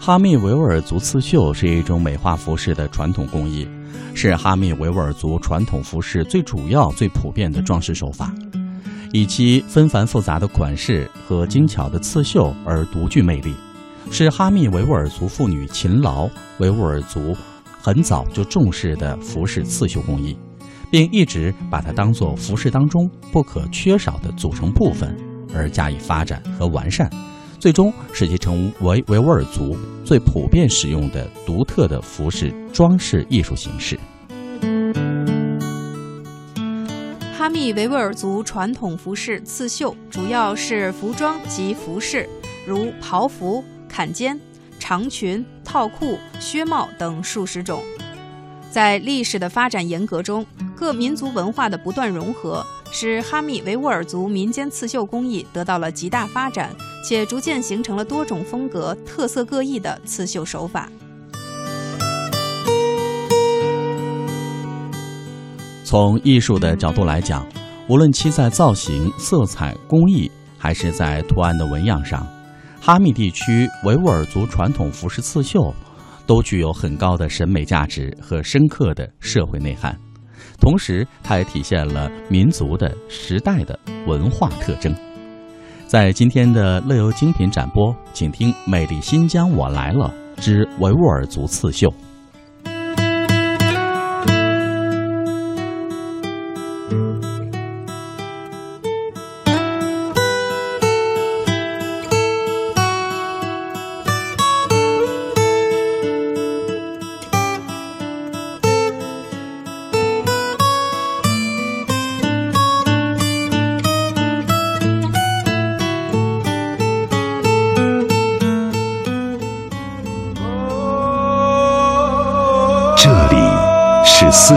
哈密维吾尔族刺绣是一种美化服饰的传统工艺，是哈密维吾尔族传统服饰最主要、最普遍的装饰手法，以其纷繁复杂的款式和精巧的刺绣而独具魅力，是哈密维吾尔族妇女勤劳、维吾尔族很早就重视的服饰刺绣工艺，并一直把它当做服饰当中不可缺少的组成部分而加以发展和完善。最终使其成为维吾尔族最普遍使用的独特的服饰装饰艺术形式。哈密维吾尔族传统服饰刺绣主要是服装及服饰，如袍服、坎肩、长裙、套裤、靴帽等数十种。在历史的发展沿革中，各民族文化的不断融合，使哈密维吾尔族民间刺绣工艺得到了极大发展，且逐渐形成了多种风格、特色各异的刺绣手法。从艺术的角度来讲，无论其在造型、色彩、工艺，还是在图案的纹样上，哈密地区维吾尔族传统服饰刺绣都具有很高的审美价值和深刻的社会内涵，同时它也体现了民族的时代的文化特征。在今天的乐游精品展播，请听《美丽新疆我来了之维吾尔族刺绣》。这里是丝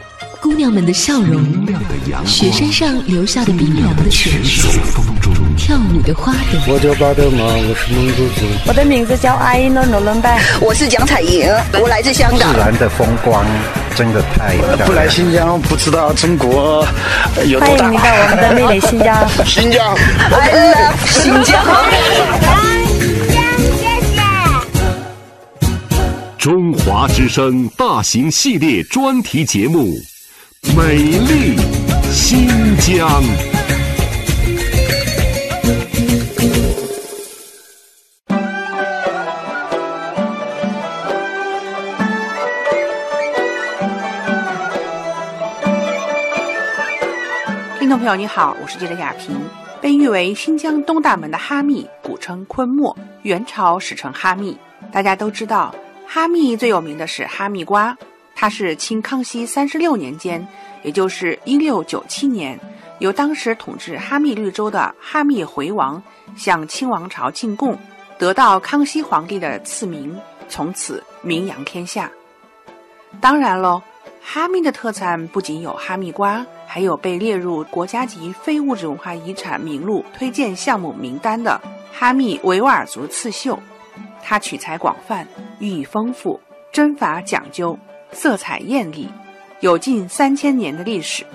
姑娘们的笑容，明亮的阳光，雪山上留下的冰凉的泉水，风中跳舞的花朵，我叫巴德玛，我是蒙古族，我的名字叫阿依诺努伦拜，我是蒋彩莹，我来自香港自。然的风光真的太漂亮不来了。新疆不知道中国呃有欢多迎大您。到我们的魅力 新疆。新疆。 I love 新疆。中华之声大型系列专题节目《美丽新疆》。听众朋友，你好，我是记者亚萍。被誉为新疆东大门的哈密，古称昆莫，元朝史称哈密。大家都知道，哈密最有名的是哈密瓜，它是清康熙三十六年间，也就是一六九七年，由当时统治哈密绿洲的哈密回王向清王朝进贡，得到康熙皇帝的赐名，从此名扬天下。当然喽，哈密的特产不仅有哈密瓜，还有被列入国家级非物质文化遗产名录推荐项目名单的哈密维吾尔族刺绣。它取材广泛，寓意丰富，针法讲究，色彩艳丽，有近三千年的历史。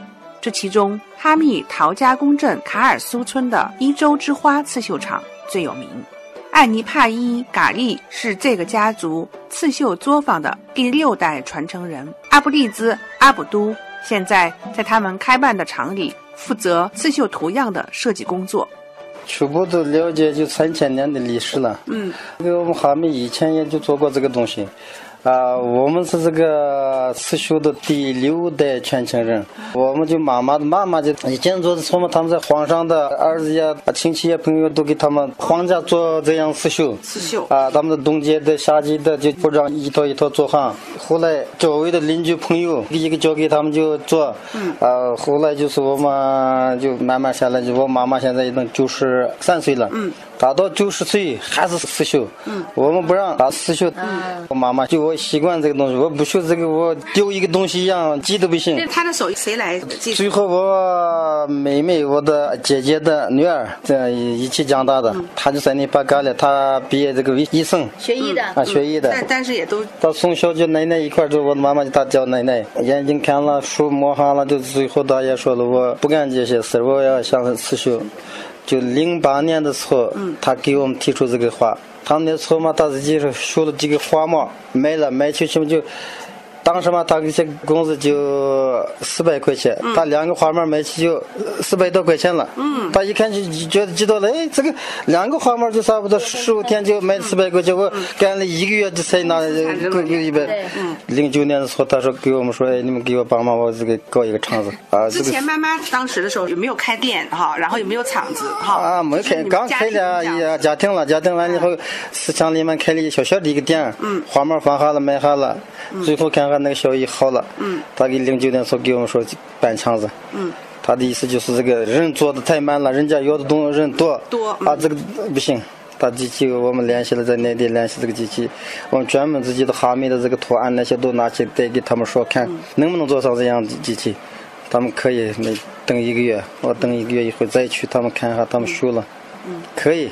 这其中，哈密陶家公镇卡尔苏村的伊州之花刺绣厂最有名。艾尼帕伊嘎利是这个家族刺绣作坊的第六代传承人阿布利兹阿卜都，现在在他们开办的厂里负责刺绣图样的设计工作。初步的了解就三千年的历史了。嗯，这个我们哈密以前也就做过这个东西，啊、我们是这个刺绣的第六代传承人，我们就妈妈的妈妈就以前做的，从他们在皇上的儿子呀、亲戚呀、朋友都给他们皇家做这样刺绣。刺绣啊，咱们的冬季的、夏季的就不让一套一套做哈。后来周围的邻居朋友一个交给他们就做，嗯，啊，后来就是我们就慢慢下来，就我妈妈现在已经九十三岁了，嗯，打到九十岁还是刺绣，嗯，我们不让打刺绣，嗯，我妈妈就我习惯这个东西，我不学这个，我丢一个东西一样记都不行这。他的手谁来记？最后，我妹妹，我的姐姐的女儿，这一起长大的，她就在那巴嘎了，她毕业这个医生嗯学医的，嗯啊，学医的。但但是也都到从小就奶奶一块儿住，我的妈妈就她叫奶奶，眼睛看了，书摸上了，就最后大爷说了，我不干这些事儿，我要向辞修。就零八年的时候，嗯他给我们提出这个话，他们那时候嘛，他自己是学了这个花嘛，买了买去什么就。当时嘛，他这个工资就四百块钱，嗯他两个花帽买去就呃四百多块钱了。嗯，他一看就觉得知道了，哎，这个两个花帽就差不多十五天就卖四百块钱，我嗯干了一个月就才拿够够一百。零九年的时候，他说给我们说，哎，你们给我帮忙，我这个搞一个厂子啊，这之个前妈妈当时的时候有没有开店哈？然后有没有厂子哈？啊，没就是开，你们刚家开庭了这样也家庭了，家庭完了以后，市场里面开了一个小小的一个店，嗯，花帽放下了，卖下了，最后看看那个小姨好了，嗯，他给零九年时候给我们说搬厂子，嗯。他的意思就是这个人做的太慢了，人家要的东人多，多啊，这个不行。他机器我们联系了，在内地联系这个机器，我们专门自己的哈密的这个图案那些都拿去带给他们说，看能不能做上这样的机器。他们可以每等一个月，我等一个月以后再去，他们看一下他们修了，可以。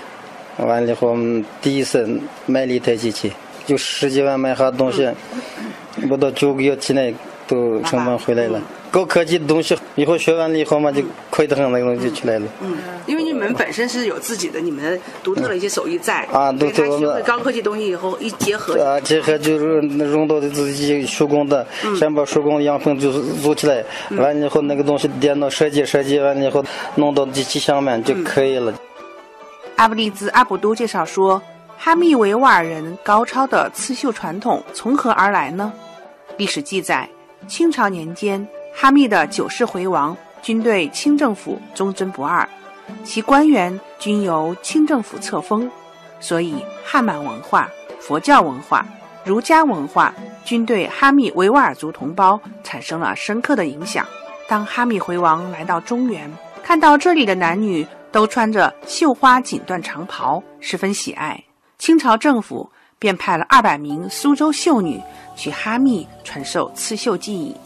完了以后，我们第一次买了一台机器，就十几万买下东西，不到九个月之内都成本回来了。高科技的东西，以后学完了以后嘛，就亏得很，那个东西就出来了。嗯因为你们本身是有自己的你们独特的一些手艺在啊对所以对他学我会们高科技东西以后一结合，啊，结合就是融到自己手工的，先把手工的样品就是做起来，完了以后那个东西电脑设计设计完了以后，弄到机器上面就可以了。阿布利兹阿卜都介绍说，哈密维吾尔人高超的刺绣传统从何而来呢？历史记载，清朝年间，哈密的九世回王均对清政府忠贞不二，其官员均由清政府册封，所以汉满文化、佛教文化、儒家文化均对哈密维吾尔族同胞产生了深刻的影响。当哈密回王来到中原，看到这里的男女都穿着绣花锦缎长袍，十分喜爱。清朝政府便派了二百名苏州绣女去哈密传授刺绣技艺。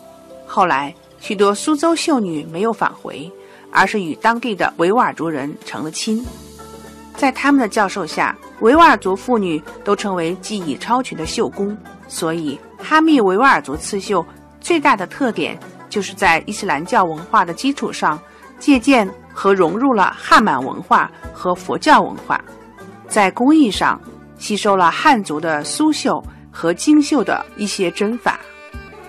后来，许多苏州绣女没有返回，而是与当地的维吾尔族人成了亲。在他们的教授下，维吾尔族妇女都成为技艺超群的绣工。所以，哈密维吾尔族刺绣最大的特点就是在伊斯兰教文化的基础上，借鉴和融入了汉满文化和佛教文化，在工艺上吸收了汉族的苏绣和京绣的一些针法。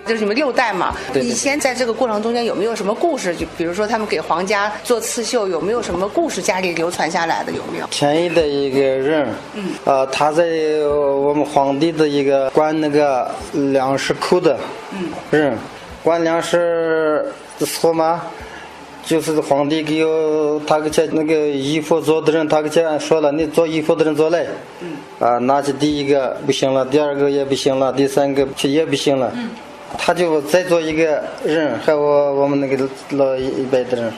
就是你们六代嘛。对对以前在这个过程中间有没有什么故事？就比如说他们给皇家做刺绣，有没有什么故事家里流传下来的？有没有？前一的一个人，嗯，呃，他在我们皇帝的一个管那个粮食库的，嗯，人管粮食的时候嘛，就是皇帝给我他给这那个衣服做的人，他给这说了，你做衣服的人做来，嗯，啊，拿起第一个不行了，第二个也不行了，第三个也不行了，嗯。他就再做一个人，还有我们那个老一辈的人，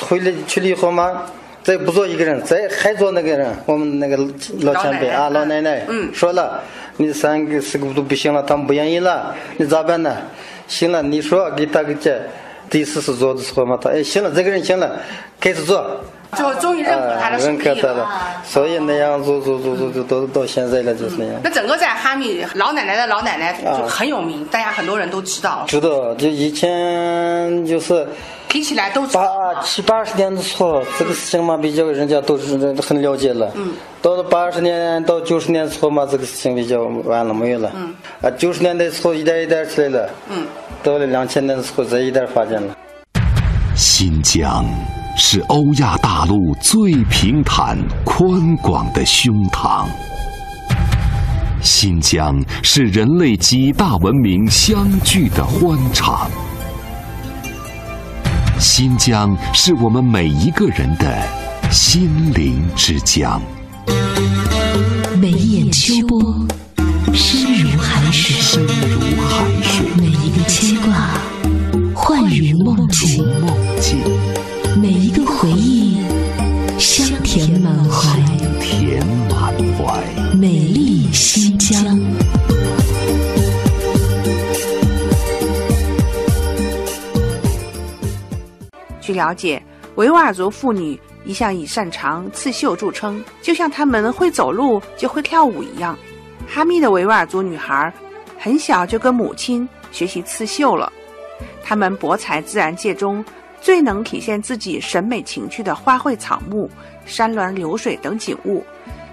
回来去了以后嘛，再不做一个人，再还做那个人，我们那个老前辈啊，老奶奶，嗯说了，你三个四个都不行了，他们不愿意了，你咋办呢？行了，你说给他个这，第四次做的时候嘛，他哎行了，这个人行了，开始做。最后终于认可他的啊手认艺可他了。了，所以那样做做做做做到到现在了，就是那样。那整个在哈密，老奶奶的老奶奶就很有名，大家很多人都知道，知道，啊就以前就是提起来都知八道。七八十年的时候，这个事情嘛，比较人家都是很了解了。嗯。到了八十年到九十年的时候嘛，这个事情比较完了没有了。嗯。啊，九十年代的时候一点一点起来了。嗯。到了两千年的时候，再一点发展了。新疆是欧亚大陆最平坦宽广的胸膛，新疆是人类几大文明相聚的欢场，新疆是我们每一个人的心灵之疆。每一眼秋波，深如海水；深如海水，每一个牵挂，幻如梦境；梦境每一个回忆，香甜满怀。填满怀。美丽新疆。据了解，维吾尔族妇女一向以擅长刺绣著称，就像她们会走路就会跳舞一样。哈密的维吾尔族女孩很小就跟母亲学习刺绣了，她们博采自然界中最能体现自己审美情趣的花卉、草木、山峦、流水等景物，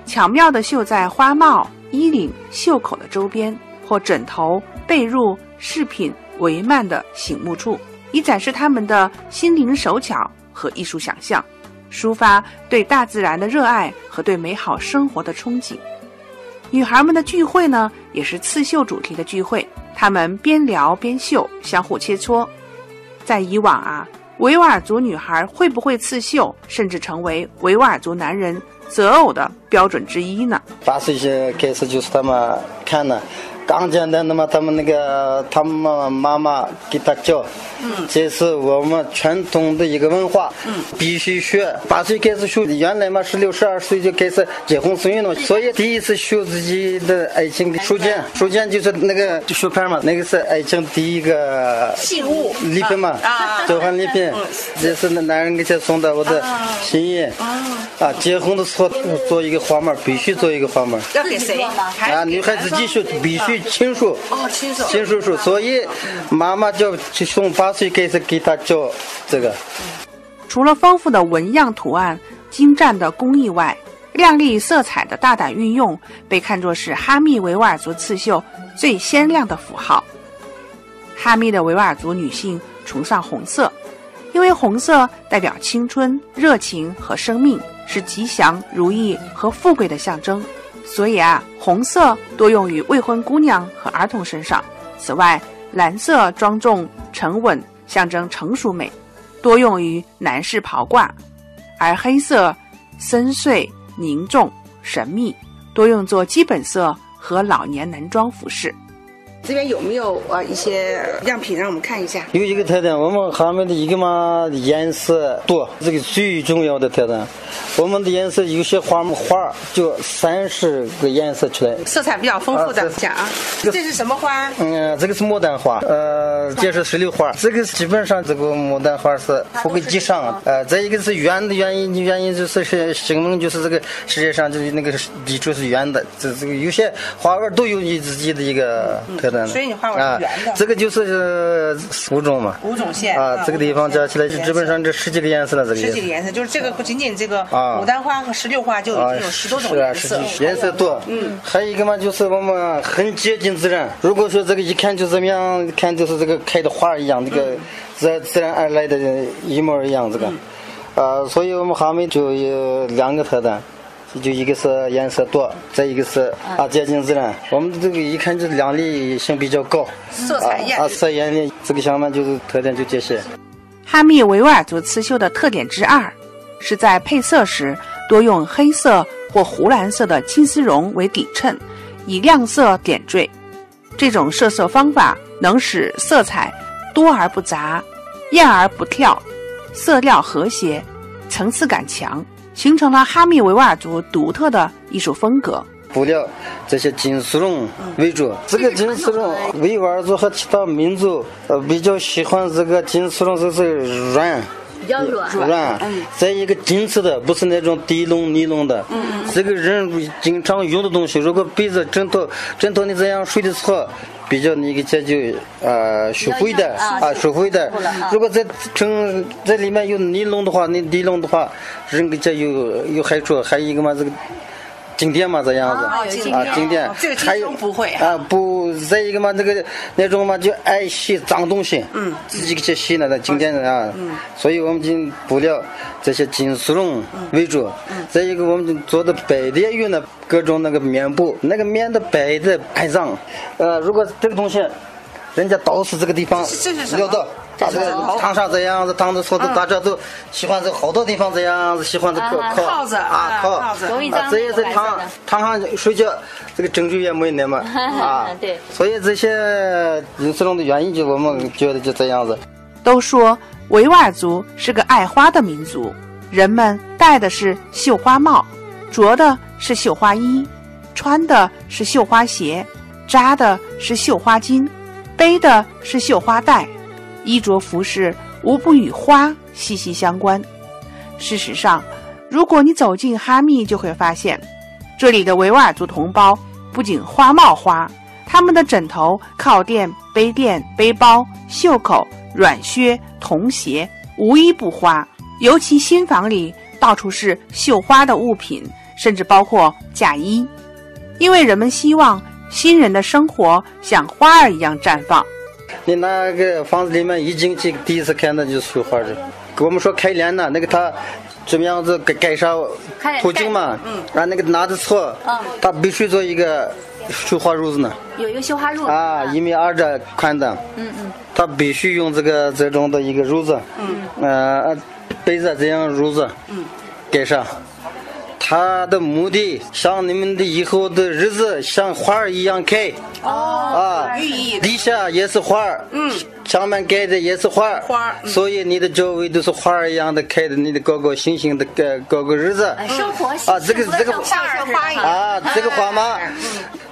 巧妙地绣在花帽、衣领、袖口的周边或枕头、被褥、饰品、帷幔的醒目处，以展示他们的心灵手巧和艺术想象，抒发对大自然的热爱和对美好生活的憧憬。女孩们的聚会呢，也是刺绣主题的聚会。她们边聊边绣，相互切磋。在以往啊，维吾尔族女孩会不会刺绣，甚至成为维吾尔族男人择偶的标准之一呢？八岁些开始就是他们看了，刚简单的嘛，他们那个他们妈妈给他教，嗯，这是我们传统的一个文化，嗯，必须学。八岁开始学，原来嘛十六十二岁就开始结婚生育了，所以第一次学自己的爱情书签，书签就是那个就书签嘛，那个是爱情第一个信物礼品嘛，啊啊交换礼品，这是那男人给他送的我的心意，哦啊，结婚的时候做一个花帽，必须做一个花帽。要给谁？啊，女孩子继续必须亲属，哦，亲手亲属属，所以妈妈就从八岁开始给她教这个。除了丰富的纹样图案、精湛的工艺外，亮丽色彩的大胆运用被看作是哈密维吾尔族刺绣最鲜亮的符号。哈密的维吾尔族女性崇尚红色，因为红色代表青春、热情和生命，是吉祥、如意和富贵的象征。所以啊，红色多用于未婚姑娘和儿童身上。此外，蓝色庄重沉稳，象征成熟美，多用于男士袍褂；而黑色深邃、凝重、神秘，多用作基本色和老年男装服饰。这边有没有呃一些样品让我们看一下？有一个特点，我们哈密的一个嘛颜色多，这个最重要的特点。我们的颜色有些花花就三十个颜色出来。色彩比较丰富啊的是讲啊，这呃这是什么花？嗯，这个是牡丹花，呃，这是石榴花，这个基本上这个牡丹花是不会及啊上，呃，再一个是圆的原因，原因就是是形容就是这个世界上就是那个底处是圆的，这这个有些花纹都有你自己的一个特点的、嗯所以你花纹是啊圆的这个就是呃五种嘛，五种线啊，这个地方加起来是基本上这十几个颜色了，这个十颜几个色。颜色，就是这个不仅仅这个啊牡丹花和石榴花就已啊，经有十多种是啊颜十色几。颜色多，嗯，还有一个嘛，就是我们很接近自然。如果说这个一看就怎么样，看就是这个开的花一样，这嗯个自自然而来的一模一样，这个，呃，所以我们哈密就有两个特点。就一个是颜色多，再一个是啊接近自然。我们这个一看就亮丽性比较高，色彩艳啊啊色艳丽，这个想法就是特点就这些。哈密维吾尔族刺绣的特点之二，是在配色时多用黑色或湖蓝色的金丝绒为底衬，以亮色点缀。这种设色方法能使色彩多而不杂，艳而不跳，色调和谐，层次感强，形成了哈密维吾尔族独特的艺术风格。布料这些金丝绒为嗯主。这个金丝绒，维吾尔族和其他民族呃比较喜欢这个金丝绒，就是软。比较软。嗯软，再一个金丝的，不是那种涤龙、尼龙的。嗯这个人经常用的东西，如果背着枕头，枕头你这样睡的时候，比较那个结就呃学会的啊，学会的。如果在成这里面有尼龙的话，那尼龙的话，人给这有有害处，还有一个嘛这个。经典嘛，这样子啊有经典啊，经典哦，这个金还有钟不会啊，不，再一个嘛，这个那种嘛，就爱惜脏东西，嗯，自己去洗呢，那经典的啊，嗯，所以我们就布料这些金丝绒为主，嗯再一个我们就做的白的也有呢，各种那个棉布，那个棉的白的很脏，呃，如果这个东西，人家捯饬这个地方这是什么料到。啊，这个烫上这样子，烫的说的大家都喜欢这好多地方这样子，喜欢这啊靠套子啊啊靠，套子 容易脏啊这也是那种烫白色烫上睡觉，这个证据也没那 么啊。对所以这些有这种的原因，就我们觉得就这样子。都说维吾尔族是个爱花的民族，人们戴的是绣花帽，着的是绣花衣，穿的是绣花鞋，扎的是绣花巾，背的是绣花带，衣着服饰无不与花息息相关。事实上，如果你走进哈密，就会发现，这里的维吾尔族同胞不仅花帽花，他们的枕头、靠垫、杯垫、背包、袖口、软靴、童鞋，无一不花。尤其新房里到处是绣花的物品，甚至包括嫁衣，因为人们希望新人的生活像花儿一样绽放。你那个房子里面一进去，第一次看到就是绣花的。我们说开帘呢，那个他怎么样子改改上途径嘛？嗯，啊，那个拿着错，嗯，他必须做一个绣花褥子呢。有一个绣花褥子啊，嗯一米二的宽的。嗯嗯。他必须用这个这种的一个褥子，嗯，呃，被子这样褥子，嗯，盖上。他的目的像你们的以后的日子像花儿一样开，哦，啊，寓意底下也是花儿，嗯，上面盖的也是花儿，花儿，嗯所以你的周围都是花儿一样的开的，你的高高兴兴的呃过过日子哎，生活啊，这个这个像花一样啊，这个花吗？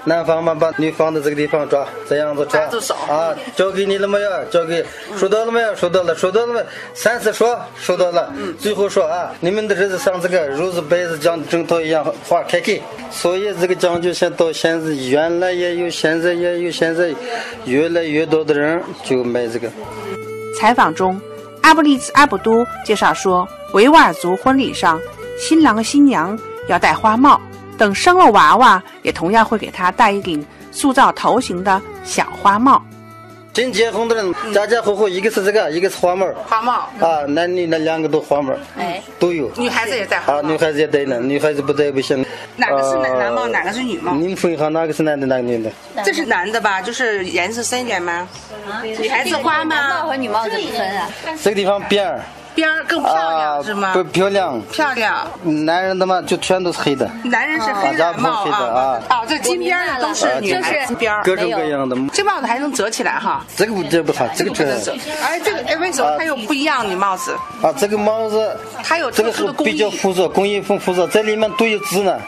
男方嘛，把女方的这个地方抓，这样子抓抓住手啊，交给你了没有？交给收到了没有？收到了，收到了没有？三次说收到了，最后说啊，你们的日子像这个如子被子像枕头一样花开开，所以这个讲究现到现在，原来也有，现在也有，现在越来越多的人就买这个。采访中，阿布利兹阿卜都介绍说，维吾尔族婚礼上，新郎新娘要戴花帽，等生了娃娃，也同样会给他戴一顶塑造头型的小花帽。新结婚的人，家家户户一个是这个，一个是花帽儿花帽，啊，男女那两个都花帽儿哎，都有女孩子也戴啊，女孩子也戴呢，女孩子不戴不行。哪个是男男帽呃哪个是女帽你们分一下，哪个是男的，哪个女的？这是男的吧？就是颜色深一点吗？女孩子花男帽吗？和女帽怎么分啊？这个地方边儿边儿更漂啊亮是吗不？漂亮，漂亮，男人的嘛就全都是黑的，男人是啊黑咱的不是帽黑的啊啊，这金边儿的都是啊女孩子边儿。各种各样的。这帽子还能折起来哈，这个不这不好，这个啊不这能折。哎，这个哎，为什么它有不一样？你帽子啊，这个帽子它有这哎特个殊是的工比较艺，复杂，工艺很复杂，这里面都有字呢，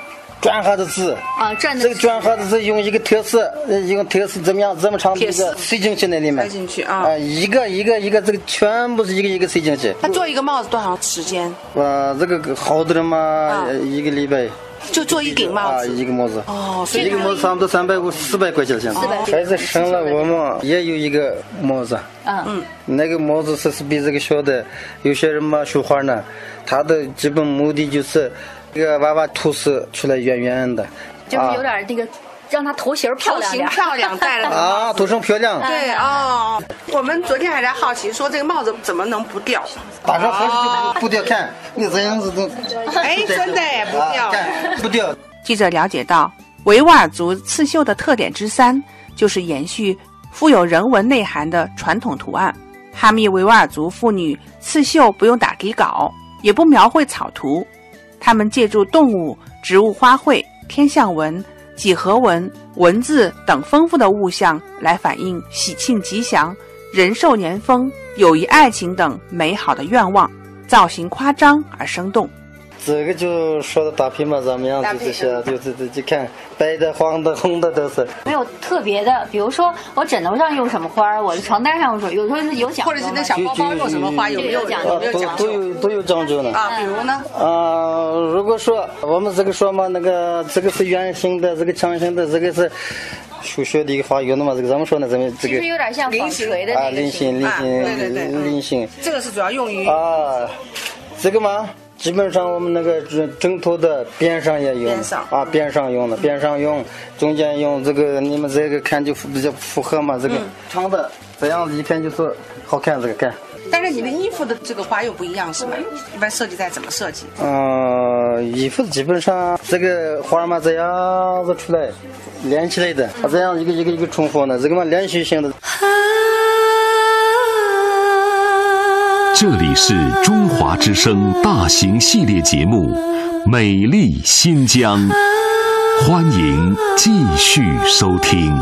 篆刻的字。啊，转的这个砖盒子是用一个铁丝，呃用铁丝怎么样？这么长的一铁个丝塞进去那里面，塞进去啊一个一个一个，这个全部是一个一个塞进去。它做一个帽子多长时间？呃，这个好多人嘛，呃一个礼拜就做一顶帽啊，子。一个帽子，哦，所一以个帽子差不多三百五四百块钱了，现在。孩子生了我们也有一个帽子，嗯，那个帽子是是比这个小的，有些人嘛绣花呢，他的基本目的就是这个娃娃吐丝出来圆圆的，啊就是有点那个，让它头型儿漂头亮型点儿。漂亮，戴 了。啊，涂上漂亮，对哦，我们昨天还在好奇说这个帽子怎么能不 掉？打上合适啊就不不掉，看你这样子都，哎真的耶不掉啊看不掉。记者了解到，维吾尔族刺绣的特点之三就是延续富有人文内涵的传统图案。哈密维吾尔族妇女刺绣不用打底稿，也不描绘草图，她们借助动物、植物、花卉、天象纹、几何纹、文字等丰富的物象来反映喜庆吉祥、人寿年丰、友谊爱情等美好的愿望，造型夸张而生动。这个就说的打拼嘛，咱们样子这些，就这这就看白的、黄的、红的都是。没有特别的，比如说我枕头上用什么花儿，我的床单上用什么，有时候是有讲究或的者是那小包包用什么花有没有这个有讲究啊有没有，都讲都究有都有讲究呢。啊？比如呢？啊，如果说我们这个说嘛，那个这个是圆形的，这个长形的，这个是数学的一个花园的嘛，这个怎么说呢？咱们这其实个有点像纺锤的啊，那菱个形、形。菱啊对对对形、嗯菱形这个是主要用于啊，这个嘛。基本上我们那个枕枕头的边上也用边上啊，边上用的，边上用，中间用这个，你们这个看就比较符合嘛，这个长的这样子一看就是好看，这个看。但是你的衣服的这个花又不一样，是嗯吗？一般设计在怎么设计？嗯，衣服基本上这个花嘛，这样子出来连起来的，啊这样一个一个一个重复呢，这个嘛连续性的。这里是中华之声大型系列节目《美丽新疆》，欢迎继续收听。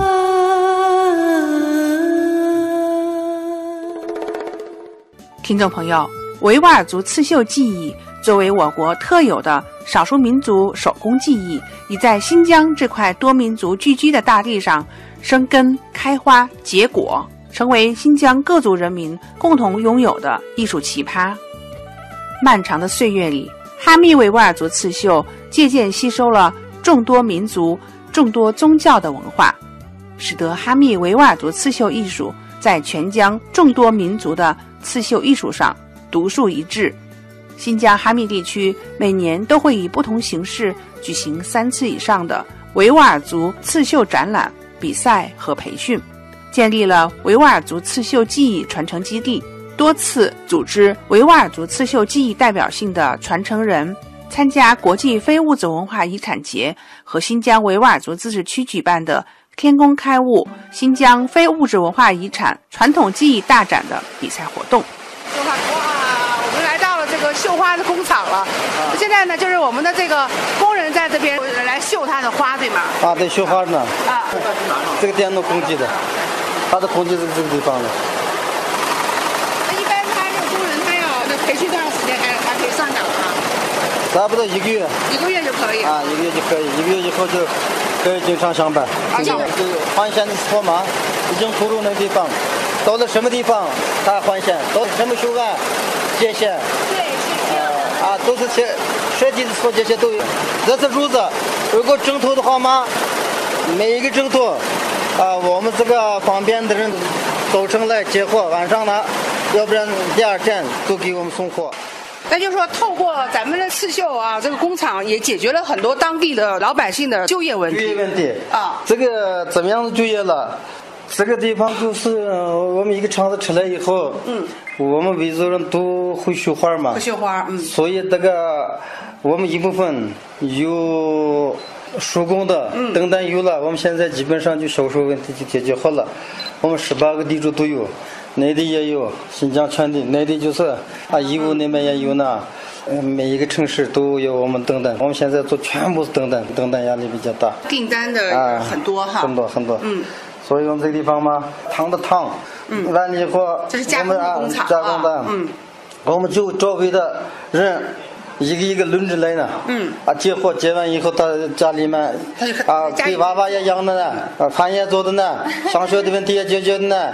听众朋友，维吾尔族刺绣技艺作为我国特有的少数民族手工技艺，已在新疆这块多民族聚居的大地上生根、开花、结果，成为新疆各族人民共同拥有的艺术奇葩。漫长的岁月里，哈密维吾尔族刺绣借鉴吸收了众多民族、众多宗教的文化，使得哈密维吾尔族刺绣艺术在全疆众多民族的刺绣艺术上独树一帜。新疆哈密地区每年都会以不同形式举行三次以上的维吾尔族刺绣展览、比赛和培训，建立了维吾尔族刺绣技艺传承基地，多次组织维吾尔族刺绣技艺代表性的传承人参加国际非物质文化遗产节和新疆维吾尔族自治区举办的“天工开物——新疆非物质文化遗产传统技艺大展”的比赛活动。绣花的工厂了，现在呢，就是我们的这个工人在这边来绣它的花，对吗？啊，对，绣花呢。啊，这个电动空气的，它的空气是这个地方的。那一般他这个工人他要培训多长时间还还可以上岗啊？差不多一个月。一个月就可以。啊，一个月就可以，一个月以后就可以经常上班。啊，这个换线搓麻，已经出入那个地方，到了什么地方他换线，到什么树干接线。对。啊，都是些设计的错这些都有。这是褥子，如果挣脱的话嘛，每一个挣脱，啊，我们这个旁边的人早晨来接货，晚上拿，要不然第二天都给我们送货。那就是说，透过咱们的刺绣啊，这个工厂也解决了很多当地的老百姓的就业问题。就业问题啊，这个怎么样就业了？这个地方就是我们一个厂子出来以后，嗯，我们维族人都会绣花嘛，会绣花，嗯，所以这个我们一部分有手工的，嗯，等等有了，我们现在基本上就销售问题就解决好了，我们十八个地主都有，内地也有，新疆全地，内地就是啊，义乌那边也有呢。呃每一个城市都有我们灯单，我们现在做全部是灯单，灯单压力比较大，订单的啊很多哈，哎很多很多，嗯，所以我们这个地方嘛，糖的糖，嗯，完了以后，啊这是加工工厂啊加工的，嗯，我们就周围的人一个一个轮着来呢，嗯，啊，接货接完以后，他家里面啊，给娃娃也养着呢，啊，饭也做 的呢，上学的问题也解决的呢。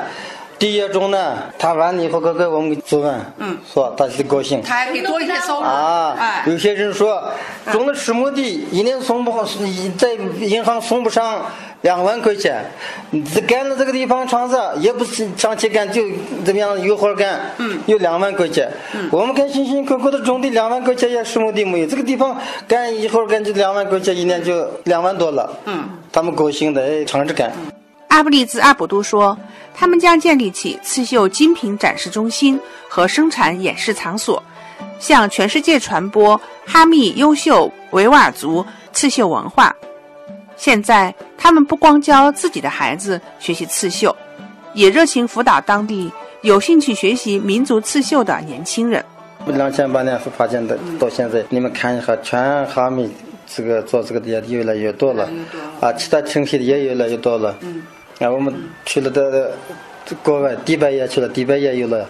毕业中呢，他完了以后，哥哥我们做完，嗯，说他就高兴，他可以多一些收入啊。哎、有些人说种了什么地，一年送不好，在银行送不上两万块钱，干了这个地方厂子也不是长期干，就怎么样有活干，嗯，有两万块钱，嗯，我们干辛辛苦苦的种地，两万块钱也什么地没有，这个地方干一活干就两万块钱，一年就两万多了，嗯，他们高兴的，哎，尝着干。阿布利兹阿卜都说，他们将建立起刺绣精品展示中心和生产演示场所，向全世界传播哈密优秀维吾尔族刺绣文化。现在，他们不光教自己的孩子学习刺绣，也热情辅导当地有兴趣学习民族刺绣的年轻人。两千八年发现的，到现在你们看一下，全哈密这个做这个的也越来越多了，啊，其他城市的也越来越多了。嗯啊，我们去了的呃国外，迪拜也去了，迪拜也有 了。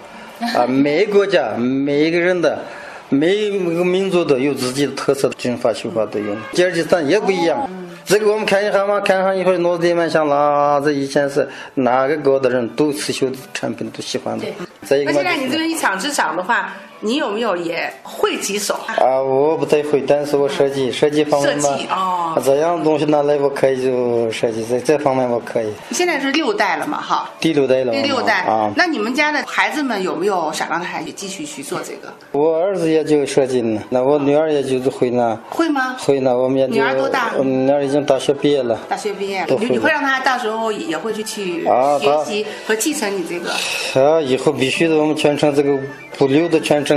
啊，每个国家、每一个人的、每一个民族的有自己的特色的军法、绣法都有。吉尔吉斯坦也不一样。这个我们看一下嘛，看上以后脑子里面想啦，这以前是哪个国的人都刺绣产品都喜欢的。再一个，那现在你这边一厂制厂的话，你有没有也会几手？啊，我不太会，但是我设计设计方面嘛，啊设计哦，这样东西拿来我可以就设计，在这方面我可以。现在是六代了嘛，哈？第六代了。第六代啊，那你们家的孩子们有没有想让他也继续去做这个？我儿子也就设计呢，那我女儿也就是会呢。会吗？会呢，我们也就。女儿多大？我女儿已经大学毕业啊了。大学毕业，你你会让他到时候也会去去学习和继承你这个？啊，以后必须的，我们全程这个补流的全程。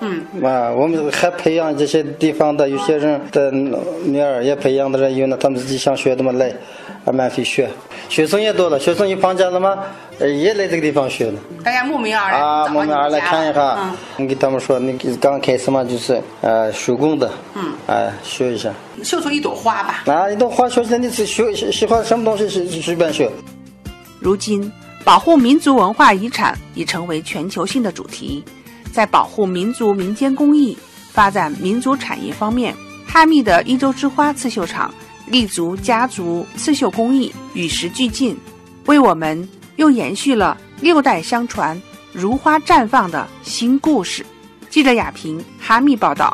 嗯啊，我们还培养这些地方的有些人的女儿，也培养的人有呢，他们自己想学的嘛来，啊，免费学，学生也多了，学生有放假了嘛，也来这个地方学了。大家慕名而来啊，慕名而来看一下。嗯你嗯给他们说，你刚开始嘛就是呃手工的，嗯，哎学一下，绣出一朵花吧。啊，一朵花学起来，你是学喜欢什么东西随随便学。如今，保护民族文化遗产已成为全球性的主题。在保护民族民间工艺、发展民族产业方面，哈密的一州之花刺绣厂立足家族刺绣工艺，与时俱进，为我们又延续了六代相传、如花绽放的新故事。记者雅萍，哈密报道。